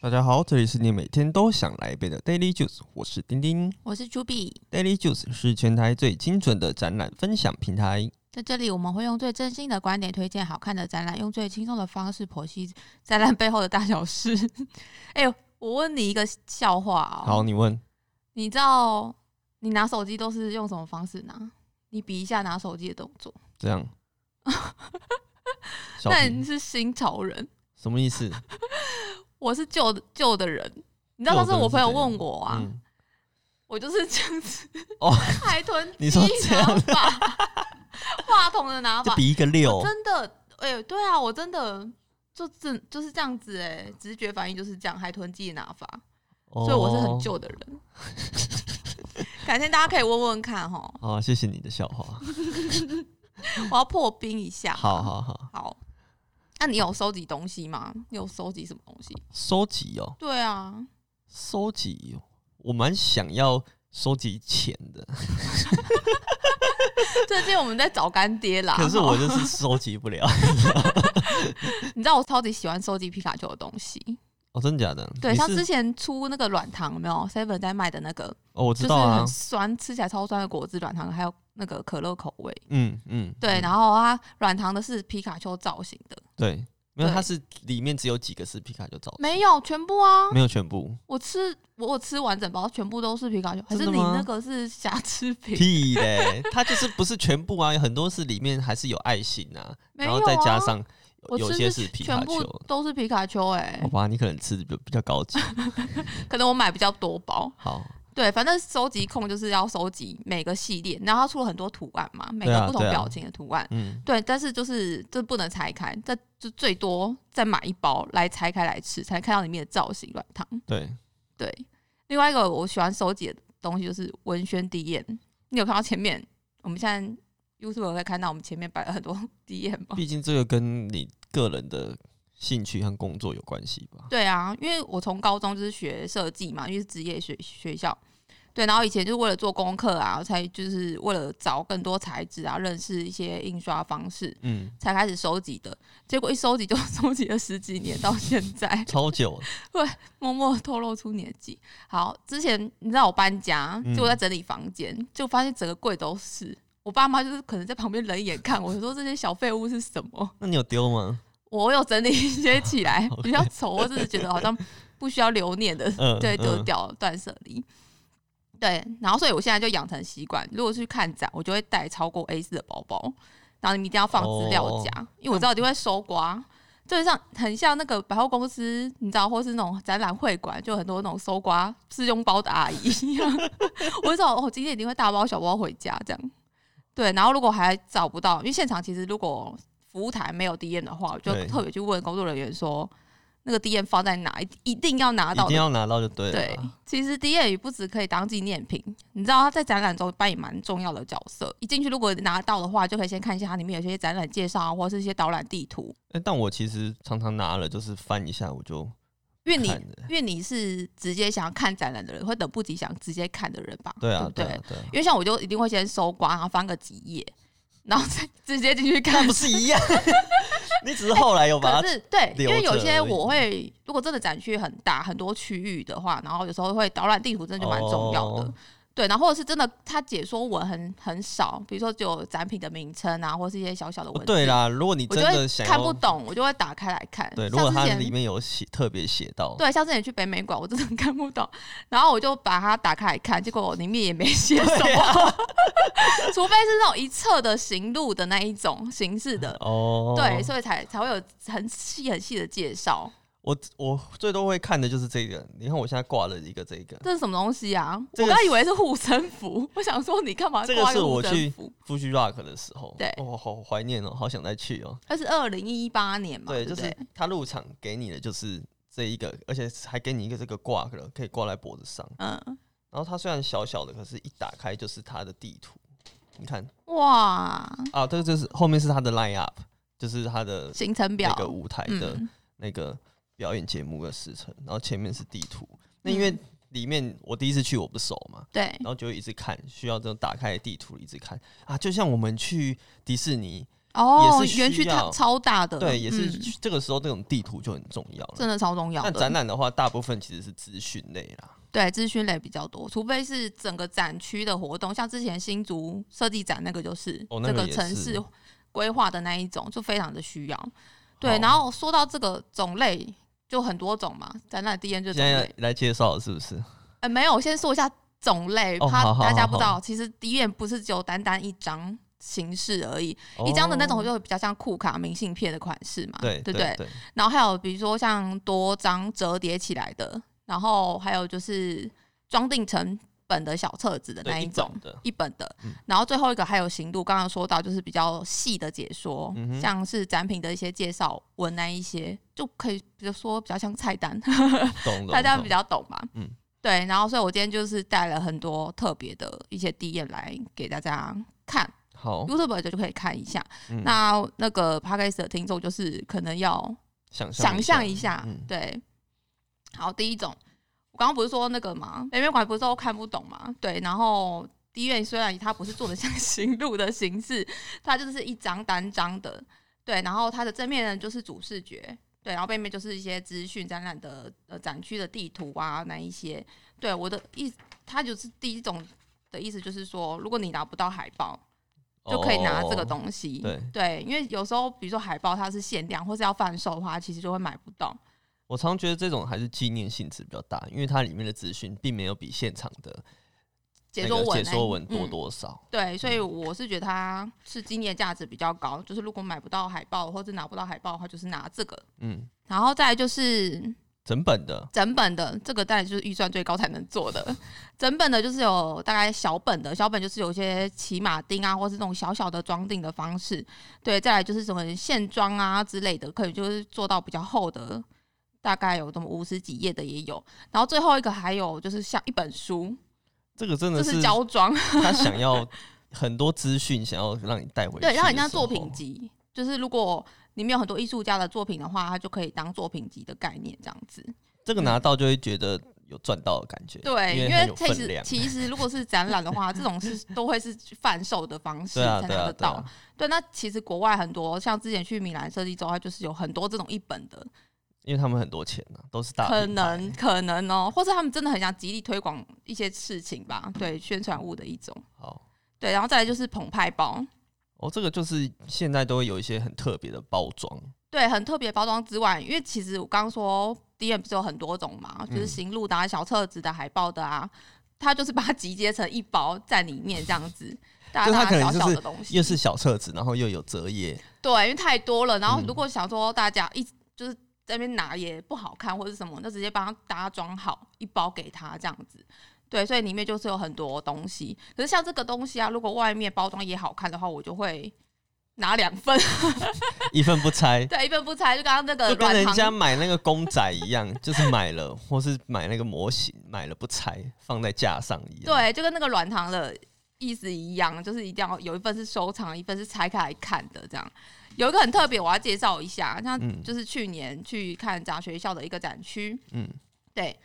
大家好，这里是你每天都想来一杯的 Daily Juice，我是丁丁。我是朱比， Daily Juice 是全台最精准的展览分享平台。在这里我们会用最真心的观点推荐好看的展览，用最轻松的方式剖析展览背后的大小事。 哎、呦，我问你一个笑话哦，好，你问你知道你拿手机都是用什么方式拿？你比一下拿手机的动作，这 样？小那平你是新潮人，什么意思？我是旧的旧的人。你知道旧的当时人我朋友是怎样问我啊，嗯，我就是这样子哦 海豚你说机这样拿法， 话筒的拿就法，比一个六，真的，哎、对啊，我真的就真就是这样子、哎，直觉反应就是这样，海豚记的拿法，所以我是哦很旧的人。 改天大家可以问问看哈，哦。好，谢谢你的笑 话。我要破冰一下。好好好，好，那你有收集东西吗？你有收集什么东西？收集哦，对啊，收集哦，我蛮想要收集钱的，最近我们在找干爹啦。可是我齁，就是收集不了。 你知道我超级喜欢收集皮卡丘的东西。哦，真的假的？ 对，你像是之前出那个软糖有没有？Seven 在卖的那个，哦，我就知是道啊很，酸，吃起来超酸的果汁软糖，还有那个可乐口味。嗯嗯，对，嗯然后它软糖的是皮卡丘造型的，对，没有，对它是里面只有几个是皮卡丘造的，没有全部啊！没有全 部。我吃我我吃完整包，全部都是皮卡丘，还真的是你吗那个是瑕疵品？屁嘞，它就是不是全部啊，有很多是里面还是有爱心啊，没然有后啊，再加上我有有吃些的是皮全卡部丘。都是皮卡丘、欸，好吧，你可能吃的比比较高 级。可能我买比较多包。好，对，反正收集控就是要收集每个系列，然后它出了很多图案嘛，每对个啊不同对啊表情的图案。嗯，对，但是就是这不能拆开，这就最多再买一包来拆开来吃，才看到里面的造型软糖。对，对，另外一个我喜欢收集的东西就是文宣滴验。你有看到前面我们现在 YouTube 有在看到我们前面摆了很多 滴验吗？毕竟这个跟你个人的兴趣和工作有关系吧。对啊，因为我从高中就是学设计嘛，因为是职业学学校。对，然后以前就是为了做功课啊，才就是为了找更多材质啊，认识一些印刷方式，嗯， 才开始收集的。结果一收集就 收集了十几年，到现在超久了，默默透露出年纪。好，之前你知道我搬家，嗯就我在整理房间，就发现整个柜都是。我爸妈就是可能在旁边冷眼看我，说这些小废物是什么？那你有丢吗？我有整理一些起来 OK，比较丑，我只是觉得好像不需要留 念的，嗯对，丢嗯掉断舍离。对，然后所以我现在就养成习惯，如果去看展，我就会带超过 A 四的包包，然后你们一定要放资料哦夹，因为我知道一定会收刮。就是像很像那个百货公司，你知道，或是那种展览会馆，就有很多那种收刮试用包的阿姨一样。 我就知道，我、哦、今天一定会大包小包回家这样。对，然后如果还找不到，因为现场其实如果服务台没有 D N 的话，我就对特别去问工作人员说，那个 D N 放在哪，一一定要拿一到定的。要拿到就对了对啊。，其实 D N 也不只可以当纪念品，你知道它在展览中扮演蛮重要的角色。一进去如果拿到的话，就可以先看一下它里面有些展览介绍啊，或是一些导览地图，哎但我其实常常拿了，就是翻一下我就因为你看了。因为你是直接想要看展览的人，会等不及想直接看的人吧？对啊，不对？啊，对 啊，因为像我就一定会先搜刮，然后翻个几页，然后再 直接进去那看不。是一样？ 你只是后来有把可它是对，因留为有着些而已我会，如果真的展区很大，很多区域的话，然后有时候会导览地图，真的就蛮重要的。哦对，然后或者是真的，它解说文很很少，比如说只有展品的名称啊，或是一些小小的哦文字。对，啦，如果你我真就的会想看不要，懂，我就会打开来看。对，如像果之它前里面有写特别写到，对，像之前去北美馆，我真的 看不懂，然后我就把它打开来看，结果我里面也没写什么， 除非是那种一侧的行路的那一种形式的，哦，对，所以才才会有很细很细的介绍。我我最多会看的就是这个，你看我现在挂了一个这个，这是什么东西啊？这我个刚以为是护 身符，我想说你干嘛这个挂一是我护身去符？夫妻 rock 的时候，对哦，好怀念哦，好想再去哦，那是二零一八年嘛，对对，不就哦对，是他入场给你的就是这一个，而且还给你一个这个挂了，可以挂在脖子上。嗯，然后它虽然小小的，可是一打开就是它的地图，你看嗯哇，啊，这个就是后面是它的 line up，就是它的行程那表，个舞台的嗯，那个表演节目的时程，然后前面是地图。那因嗯为里面我第一次去我不熟 嘛，对，然后就一直看，需要这种打开地图一直看啊，就像我们去迪士尼哦也，是园区需要它超大的，对，也是嗯这个时候这种地图就很重要了。真的超重要但的展。览的话，大部分其实是资讯类啦。对，资讯类比较多，除非是整个展区的活动，像之前新竹设计展那个就是、哦那整个个也城是市规划的那一种，就非常的需要。好对，然后说到这个种类，就很多种嘛，展览第一就现种在要类。来介绍了是不是？呃，没有，我先说一下种类，哦怕好好大家好不知好道，其实第一眼不是只有单单一张形式而已，一张的那种哦就会比较像酷卡明信片的款式嘛，对对不对对？然后还有比如说像多张折叠起来的，然后还有就是装订成本的小册子的对那一一种本的一本的嗯，然后最后一个还有行度，刚刚说到就是比较细的解说嗯，哼像是展品的一些介绍文那一些，就可以比如说比较像菜单，懂了。大家比较较懂嘛，嗯嗯。对，然后所以我今天就是带了很多特别的一些 D 验来给大家看好， ，YouTube 就可以看一下。哦嗯那那个 Podcast 的听众就是可能要想想象一下，下，嗯对。好，第一种，我刚刚不是说那个嘛，北美馆不是都看不懂嘛？对，然后第一院虽然它不是做的像 行路的形式，它就是一张单张的，对，然后它的正面呢就是主视觉。对，然后背面就是一些资讯展览的呃展区的地图啊，那一些。对，我的意，它就是第一种的意思，就是说，如果你拿不到海报，就可以拿这个哦东西。对因为有时候比如说海报它是限量或是要贩售的话，其实就会买不到。我常觉得这种还是纪念性质比较大，因为它里面的资讯并没有比现场的解那说个文呢、解说文多嗯多少。对，所以我是觉得它是纪念价值比较高，就是如果买不到海报或者拿不到海报的话，就是拿这个。嗯，然后再来就是整本的整本的，这个当然就是预算最高才能做的。 整本的就是有大概小本的，小本就是有一些骑马钉啊，或是那种小小的装订的方式。对，再来就是什么线装啊之类的，可以就是做到比较厚的，大概有这么五十几页的也有。然后最后一个还有就是像一本书，这个真就的是是胶装，他想要很多资讯，想要让你带回去的时候，对，让人家作品集，就是如果里面有很多艺术家的作品的话，它就可以当作品集的概念这样子。这个拿到就会觉得有赚到的感觉，嗯对，因因为很有其分实量。其实如果是展览的话，这种是都会是贩售的方式对啊，才拿对啊，得对到。啊，对，那其实国外很多，像之前去米兰设计周，它就是有很多这种一本的，因为他们很多钱呢、啊都是大可品牌能可能哦、或是他们真的很想极力推广一些事情吧，对，宣传物的一种。好对，然后再来就是澎湃包，哦，这个就是现在都会有一些很特别的包 装，对，很特别包装之外，因为其实我刚刚说 D M 不是有很多种嘛，就是嗯行路的、啊、小册子的、海报的啊，它就是把它集结成一包在里面这样子，大就它大可能小就小是的东西。又是小册子，然后又有折页，对，因为太多了，然后嗯如果想说大家一就是在那边拿也不好看或者什么，那直接帮他大家装好一包给他这样子。对，所以里面就是有很多东西。可是像这个东西啊，如果外面包装也好看的话，我就会拿两份，，一份不拆 对，一份不拆，就刚刚那个就跟软人糖家买那个公仔一样，就是买了或是买那个模型，买了不拆，放在架上一样。，对，就跟那个软糖的意思一样，就是一定要有一份是收藏，一份是拆开来看的。这样有一个很特别，我要介绍一下，像嗯就是去年去看杂学校的一个展区，嗯，对，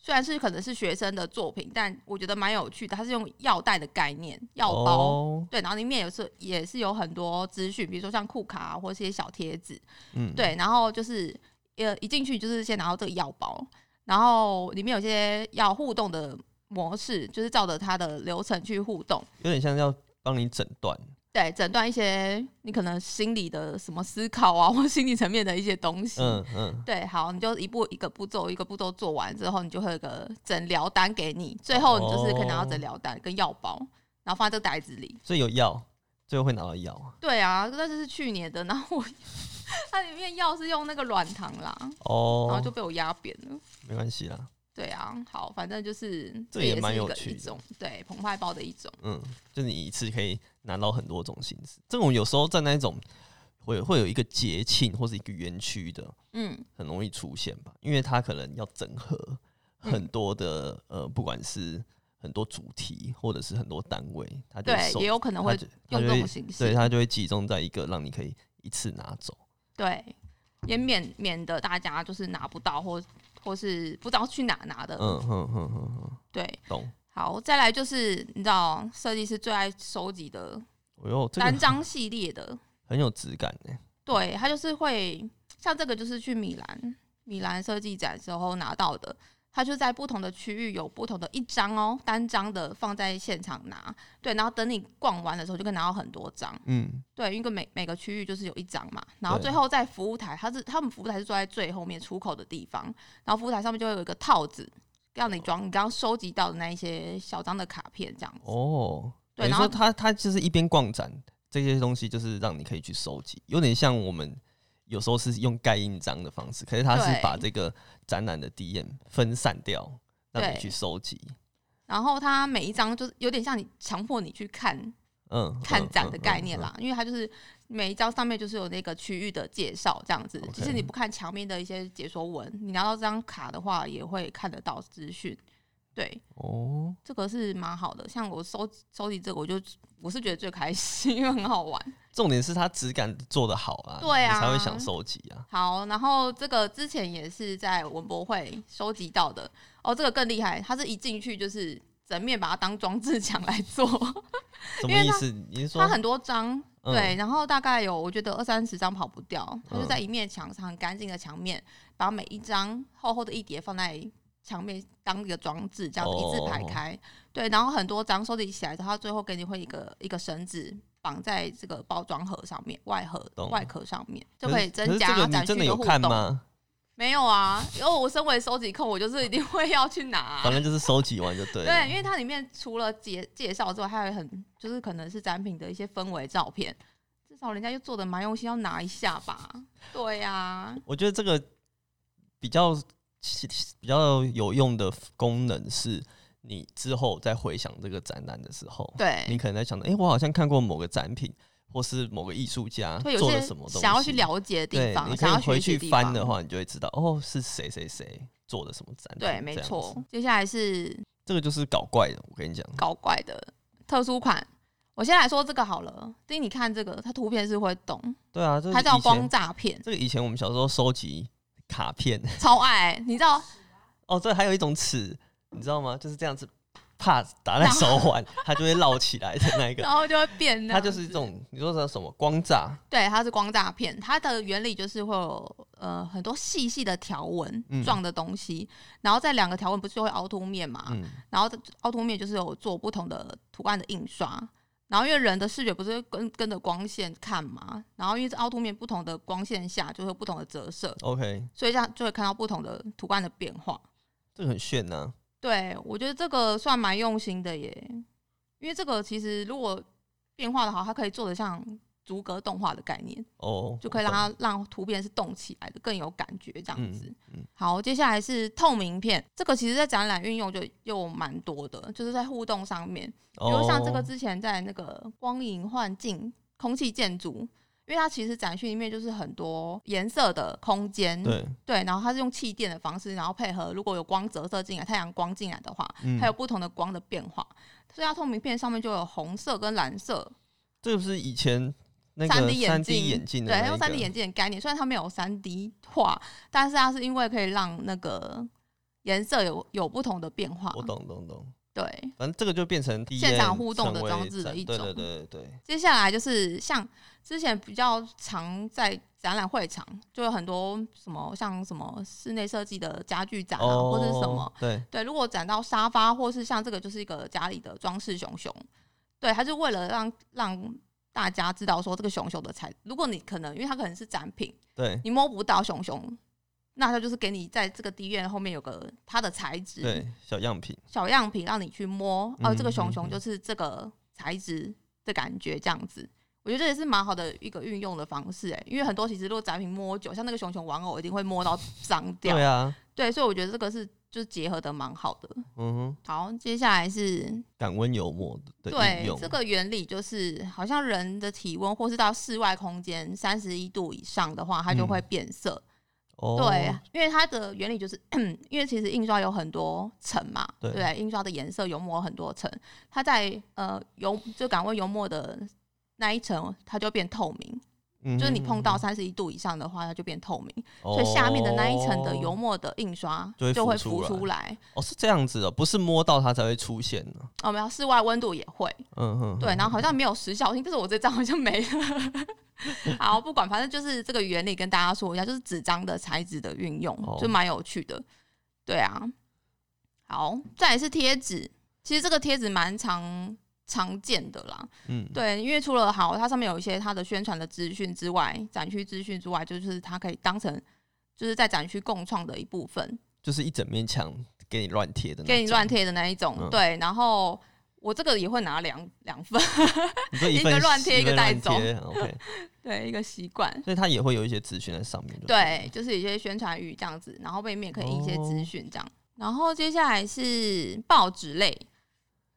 虽然是可能是学生的作品，但我觉得蛮有趣的。它是用药袋的概念，药包。哦，对，然后里面也是也是有很多资讯，比如说像库卡、啊、或是一些小贴纸，嗯，对，然后就是呃一进去就是先拿到这个药包，然后里面有些要互动的模式，就是照着它的流程去互动。有点像要帮你诊断，对，诊断一些你可能心理的什么思考啊， 或心理层面的一些东西。嗯嗯，对，好，你就一步一个步骤一个步骤做完之后，你就会有个诊疗单给你，最后你就是可以拿哦到诊疗单跟药包，然后放在这个袋子里。所以有药，最后会拿到药。对啊，那就是去年的，然后我 它里面药是用那个软糖啦，然后哦就，被我压扁了。没关系啦，对啊，好，反正就是这也是蛮一有个趣一的种对澎湃包的一种，嗯，就你一次可以拿到很多种形式。这种有时候在那一种会会有一个节庆或是一个园区的，嗯，很容易出现吧，因为它可能要整合很多的、嗯呃，不管是很多主题或者是很多单位，它就对，收也有可能会它就它用就这会种形对式，它就会集中在一个让你可以一次拿走。对，也免免得大家就是拿不到或或是不知道去哪拿的，嗯哼哼哼哼，对。懂。好，再来就是你知道设计师最爱收集的哎呦，这单个张系列的，很有质感的、对，它就是会像这个，就是去米兰米兰设计展时候拿到的。它就在不同的区域有不同的一张哦，单张的放在现场拿，对，然后等你逛完的时候就可以拿到很多张，嗯，对，因为每每个区域就是有一张嘛，然后对最后在服务台，它是他们服务台是坐在最后面出口的地方，然后服务台上面就会有一个套子，让你装你刚刚收集到的那一些小张的卡片这样子。哦，对等于然说后它它就是一边逛展，这些东西就是让你可以去收集，有点像我们有时候是用盖印章的方式，可是它是对把这个展览的 DM 分散掉，让你对去收集。然后它每一张就是有点像你强迫你去看嗯，看嗯展的概念。嗯嗯啦，因为它就是每一张上面就是有那个区域的介绍这样子。 OK 其实你不看墙面的一些解说文，你拿到这张卡的话，也会看得到资讯。对，嗯哦，这个是蛮好的。像我收收集这个，我就我是觉得最开心， 因为很好玩。重点是它质感做得好啊，对啊你才会想收集啊。好，然后这个之前也是在文博会收集到的哦，这个更厉害，它是一进去就是整面把它当装置 墙来做，什因么为意它思？你是说它很多张，嗯对，然后大概有我觉得二三十张跑不掉，它就嗯在一面墙上很干净的墙面，把每一张厚厚的一叠放在墙面当一个装置，这样子一字排哦开。对，然后很多张收集起来之后，它最后给你会一个一个绳子绑在这个包装盒上面，外盒懂外壳上面，就可可是以可增是这加个展你区真的有互看动。吗？没有啊，因为我身为收集控，我就是一定会要去拿啊、反正就是收集完就 对了。对，因为它里面除了介介绍之外，还有很就是可能是展品的一些氛围照片，至少人家就做的蛮用心，要拿一下吧。对呀、我觉得这个比较比较有用的功能是，你之后再回想这个展览的时候，你对，可能在想着，哎、我好像看过某个展品，或是某个艺术家会有做些了什么东西，想要去了解的地对，方，你可想以要学回习去的地翻的方，话，你就会知道，哦，是谁谁谁做的什么展品。对，没这样错子。接下来是这个就是搞怪的，我跟你讲，搞怪的特殊款。我先来说这个好了，丁，你看这个，它图片是会动，对啊，这它叫以光前诈骗，这个以前我们小时候收集卡片，超爱，你知道哦，对，还有一种尺，你知道吗？就是这样子，啪打在手腕，它就会绕起来的那一个。然后就会变那它样就子，是这种，你说的什么光栅？对，它是光大片，它的原理就是会有呃很多细细的条纹嗯状的东西，然后在两个条纹不是会凹凸面嘛，嗯，然后凹凸面就是有做不同的图案的印刷，然后因为人的视觉不是会跟跟着光线看嘛，然后因为这凹凸面不同的光线下就会有不同的折射， OK，所以这样就会看到不同的图案的变化。这个很炫呐、对我觉得这个算蛮用心的耶，因为这个其实如果变化的好，它可以做的像逐格动画的概念。哦，就可以让它让图片是动起来的，更有感觉这样子。嗯嗯好，接下来是透明片，这个其实在展览运用就又蛮多的，就是在互动上面，比懂，如像这个哦之前在那个光影幻境空气建筑。因为它其实展区里面就是很多颜色的空间，对，对然后它是用气垫的方式，然后配合如果有光折射进来，太阳光进来的话，嗯还有不同的光的变化，所以它透明片上面就有红色跟蓝色，这个不是以前那个 3D 三眼 D 镜，眼镜的对，那用一个3 D 眼镜的概念，虽然它没有3 D 画，但是它是因为可以让那个颜色有有不同的变化我。懂懂懂，对，反正这个就变成 DM 啊现场互动的成为装置的展一对种对对对对，接下来就是像之前比较常在展览会场，就有很多什么像什么室内设计的家具展啊，或者是什么哦，对，对，如果展到沙发或是像这个，就是一个家里的装饰熊熊，对，它是为了让让大家知道说这个熊熊的材，如果你可能因为它可能是展品。对你摸不到熊熊，那它就是给你在这个地院后面有个它的材质对，小样品，小样品，让你去摸。哦，嗯这个熊嗯熊嗯就是这个材质的感觉，这样子。我觉得这也是蛮好的一个运用的方式，哎，因为很多其实如果展品摸久，像那个熊熊玩偶，一定会摸到 脏掉。对啊，对，所以我觉得这个是就是结合的蛮好的。嗯哼，好，接下来是感温油墨的应对用，这个原理就是，好像人的体温或是到室外空间三十一度以上的话，它就嗯会变色。哦对，因为它的原理就是， 因为其实印刷有很多层嘛，对对，印刷的颜色油墨很多层，它在呃油就感温油墨的那一层，它就变透明，嗯哼，就是你碰嗯到三十一度以上的话，它就变透明，哼，所以下面的那一层的油哦墨的印刷就会就会浮浮出出来。哦哦是这样子的，不是摸到它才会出现的，我们要室外温度也会，嗯哼，对，然后好像没有时效性，但是我这张好像没了， 好，不管，反正就是这个原理跟大家说一下，就是纸张的材质的运用，哦就蛮有趣的。对啊，好，再来是贴纸，其实这个贴纸蛮常常见的啦。嗯，对，因为除了好，它上面有一些它的宣传的资讯之外，展区资讯之外，就是它可以当成就是在展区共创的一部分。就是一整面墙给你乱贴的，给你乱，贴的那一种，嗯对。然后我这个也会拿两两份， 你说一一份个乱贴一个份带乱走贴 OK，对，一个习惯。所以它也会有一些资讯在上面。对，，就是一些宣传语这样子，然后背面可以印一些哦资讯这样。然后接下来是报纸类，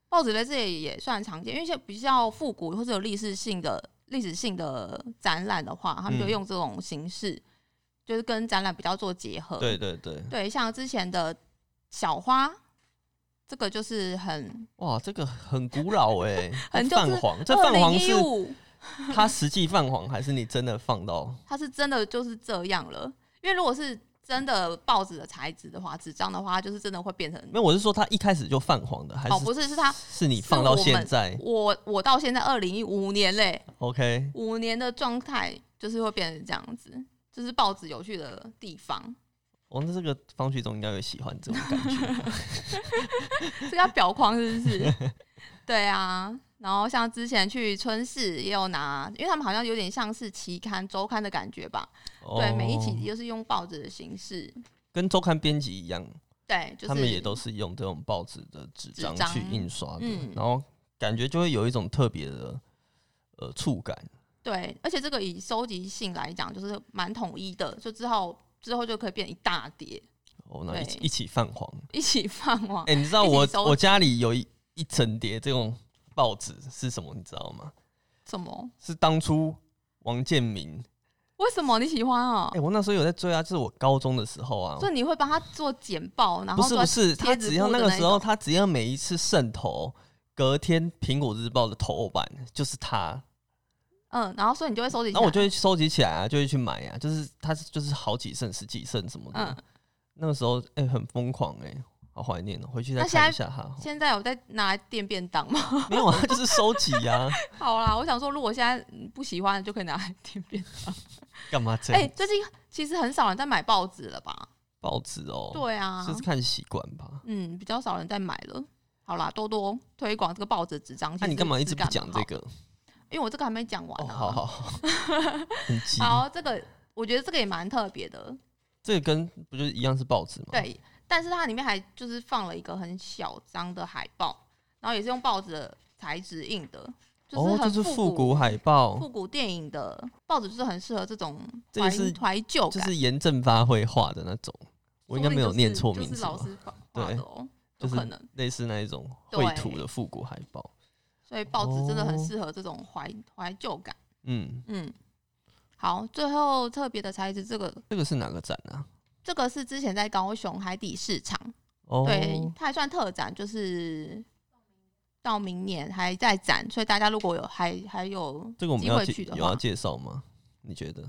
报纸类这也也算常见，因为一些比较复古或者有历史性的历史性的展览的话，他们就嗯用这种形式，就是跟展览比较做结合。对对对，对，像之前的小花，这个就是很哇，这个很古老哎， 很泛就是黄，这二泛零黄是一五。它实际泛黄，还是你真的放到？它是真的就是这样了。因为如果是真的报纸的材质的话，纸张的话，它就是真的会变成没有，我是说它一开始就泛黄的，还哦，是不是，是它是你放到现在我我到现在二零一五年嘞， ？OK，五年的状态就是会变成这样子，这是报纸有趣的地方，哦，那这个方旭中应该会喜欢这种感觉。这叫表框是 不是？对啊。然后像之前去春市也有拿，因为他们好像有点像是期刊、周刊的感觉吧。 对，每一哦期就是用报纸的形式，跟周刊编辑一样，对，就是他们也都是用这种报纸的纸张纸张去印刷的，嗯然后感觉就会有一种特别的呃触感。对，而且这个以收集性来讲，就是蛮统一的，就之后之后就可以变一大叠，哦，那对一起一起泛黄。一起放网。哎、你知道一起我收我家里有一一整叠这种报纸是什么？你知道吗？什么？是当初王建民。为什么你喜欢啊哎、？我那时候有在追啊，就是我高中的时候啊。所以你会帮他做简报，然不后是做不是，贴他纸只要布那的个那时候，种他只要每一次渗透，隔天《苹果日报》的头版就是他。嗯，然后所以你就会收集然起来。后我就会收集起来啊，就会去买啊，就是它是就是好几胜、十几胜什么的。嗯，那个时候哎、很疯狂哎、好怀念哦、回去再那现在看一下它。现在有在拿来垫便当吗？ 没有啊，就是收集啊，好啦，我想说，如果现在嗯不喜欢，就可以拿来垫便当。干嘛这 哎、样？最近其实很少人在买报纸了吧？报纸哦，对啊，这是看习惯吧。嗯，比较少人在买了。好啦，多多推广这个报纸纸张。那、你干嘛一直不讲这个？个？因为我这个还没讲哦，完呢、好好好， 很急。啊好，这个我觉得这个也蛮特别的，这个跟不就是一样是报纸吗？，对。但是它里面还就是放了一个很小张的海报，然后也是用报纸的材质印的，就是哦，这很是复古古海报复，古电影的报纸，就是很适合这种这怀就是怀旧就感。是严正发会画的那种，我应该没有念错名说不字定就吧？是就是老师画画对的哦，有就是可能。类似那一种对绘图的复古海报。所以报纸真的很哦适合这种怀怀旧感。嗯，嗯，好，最后特别的材质，这个这个是哪个展啊？这个是之前在高雄海底市场。哦，对，它还算特展，就是到明年还在展，所以大家如果有还还有，这个我们机要会介去的有要话介绍吗？你觉得？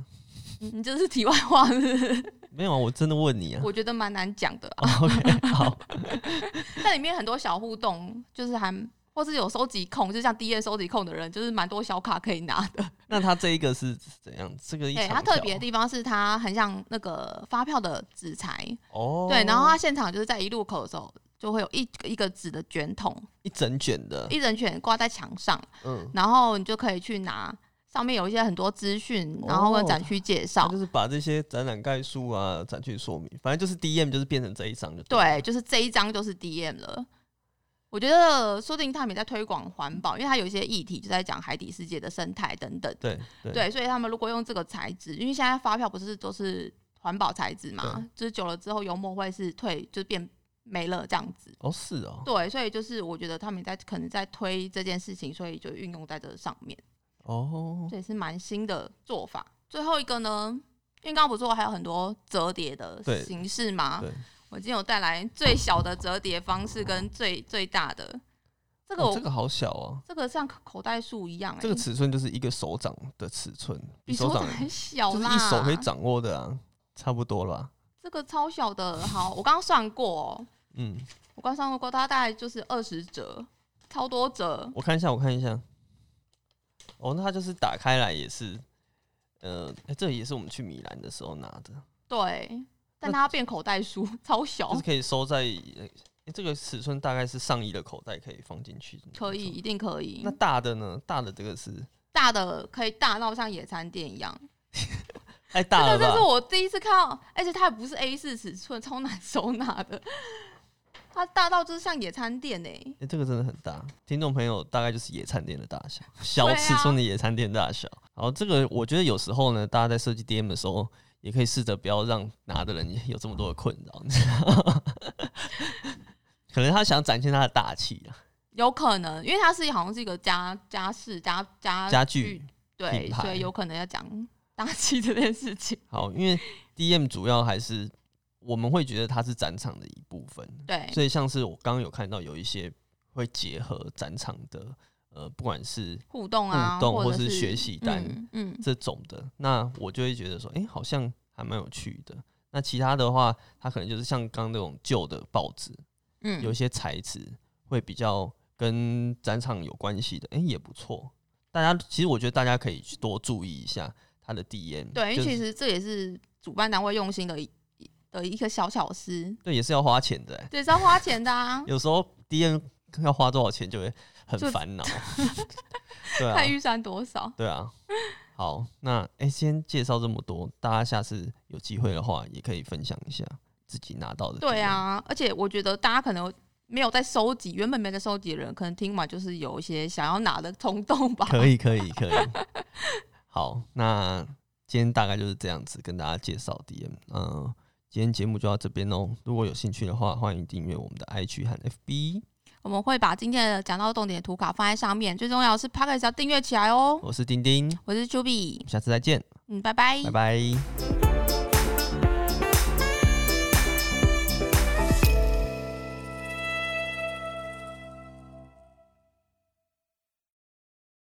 嗯你这是题外话是不 是，没有啊，我真的问你啊。我觉得蛮难讲的、啊。哦 OK，好， 但里面很多小互动，就是还或是有收集控，就像第一页收集控的人，就是蛮多小卡可以拿的。那它这一个是怎样？这个一对，长它条特别的地方是它很像那个发票的纸材，哦，对，然后它现场就是在一路口的时候。就会有一一个纸的卷筒，一整卷的，一整卷挂在墙上，嗯，然后你就可以去拿，上面有一些很多资讯，然后跟展区介它绍。哦就是把这些展览概述啊、展区说明，反正就是 DM 就是变成这一张就对，对了，就是这一张就是 DM 了。我觉得说不定他们也在推广环保，因为它有一些议题就在讲海底世界的生态等等。对对对，所以他们如果用这个材质，因为现在发票不是都是环保材质嘛对，就是久了之后油墨会是退，就变没了这样子。哦是哦对，所以就是我觉得他们在可能在推这件事情，所以就运用在这上面。哦这也是蛮新的做法。最后一个呢，因为刚刚不是说还有很多折叠的对形式吗对？我今天有带来最小的折叠方式跟最最大的，这个哦我、这个好小哦，这个像口袋树一样、欸，这个尺寸就是一个手掌的尺寸，比手手掌掌欸还小就是啦，一手可以掌握的啊，差不多啦。这个超小的。好，我刚刚算过、哦，嗯，我刚算过，它大概就是二十折，超多折。我看一下，我看一下。哦，那它就是打开来也是呃，哎这也是我们去米兰的时候拿的，对，但它变口袋书， 超小就是，可以收在、呃诶这个尺寸大概是上衣的口袋，可以放进去。可以，。一定可以那。大的呢？大的这个是大的可以大到像野餐垫一样，太这哎大了个这是吧？我第一次看到，而且它还不是 A 四尺寸， 超难收纳的，它大到就是像野餐垫哎、哎、这个真的很大，听众朋友大概就是野餐垫的大小，小对啊尺寸的野餐垫大小。然后这个我觉得有时候呢，大家在设计 DM 的时候，也可以试着不要让拿的人有这么多的困扰，你知道吗 可能他想展现他的大气啊，有可能，因为它是好像是一个家家饰家家家具。啊对品，牌所以有可能要讲大气这件 事情。好，因为 DM 主要还是我们会觉得它是展场的一部分，对，所以像是我刚刚有看到有一些会结合展场的，呃，不管是互动啊，互动或或者是是学习单嗯，嗯这种的，那我就会觉得说，哎、好像还蛮有趣的。那其他的话，它可能就是像刚那种旧的报纸，嗯，有一些材质会比较跟展场有关系的，哎、也不错。大家其实我觉得大家可以去多注意一下它的 DM，对，因就为是其实这也是主办单位用心的一的一个小巧思，对也是要花钱的、诶。对，是要花钱的啊 有时候 DM 要花多少钱就会很就烦 恼，对啊看，预算多少？对啊。好，那哎、诶先介绍这么多，大家下次有机会的话，也可以分享一下自己拿到的。对，啊，而且我觉得大家可能没有在收集，原本没在收集的人，可能听完就是有一些想要拿的冲动吧。可以，可以，可以。好，那今天大概就是这样子跟大家介绍 DM。嗯、今天节目就到这边哦。如果有兴趣的话，欢迎订阅我们的 IG 和 FB。 我们会把今天的讲到的重点图卡放在上面，最重要的是 p a c k a g e 要订阅起来哦。我是丁丁，我我是 Juby，们下次再见，嗯，拜拜，拜拜。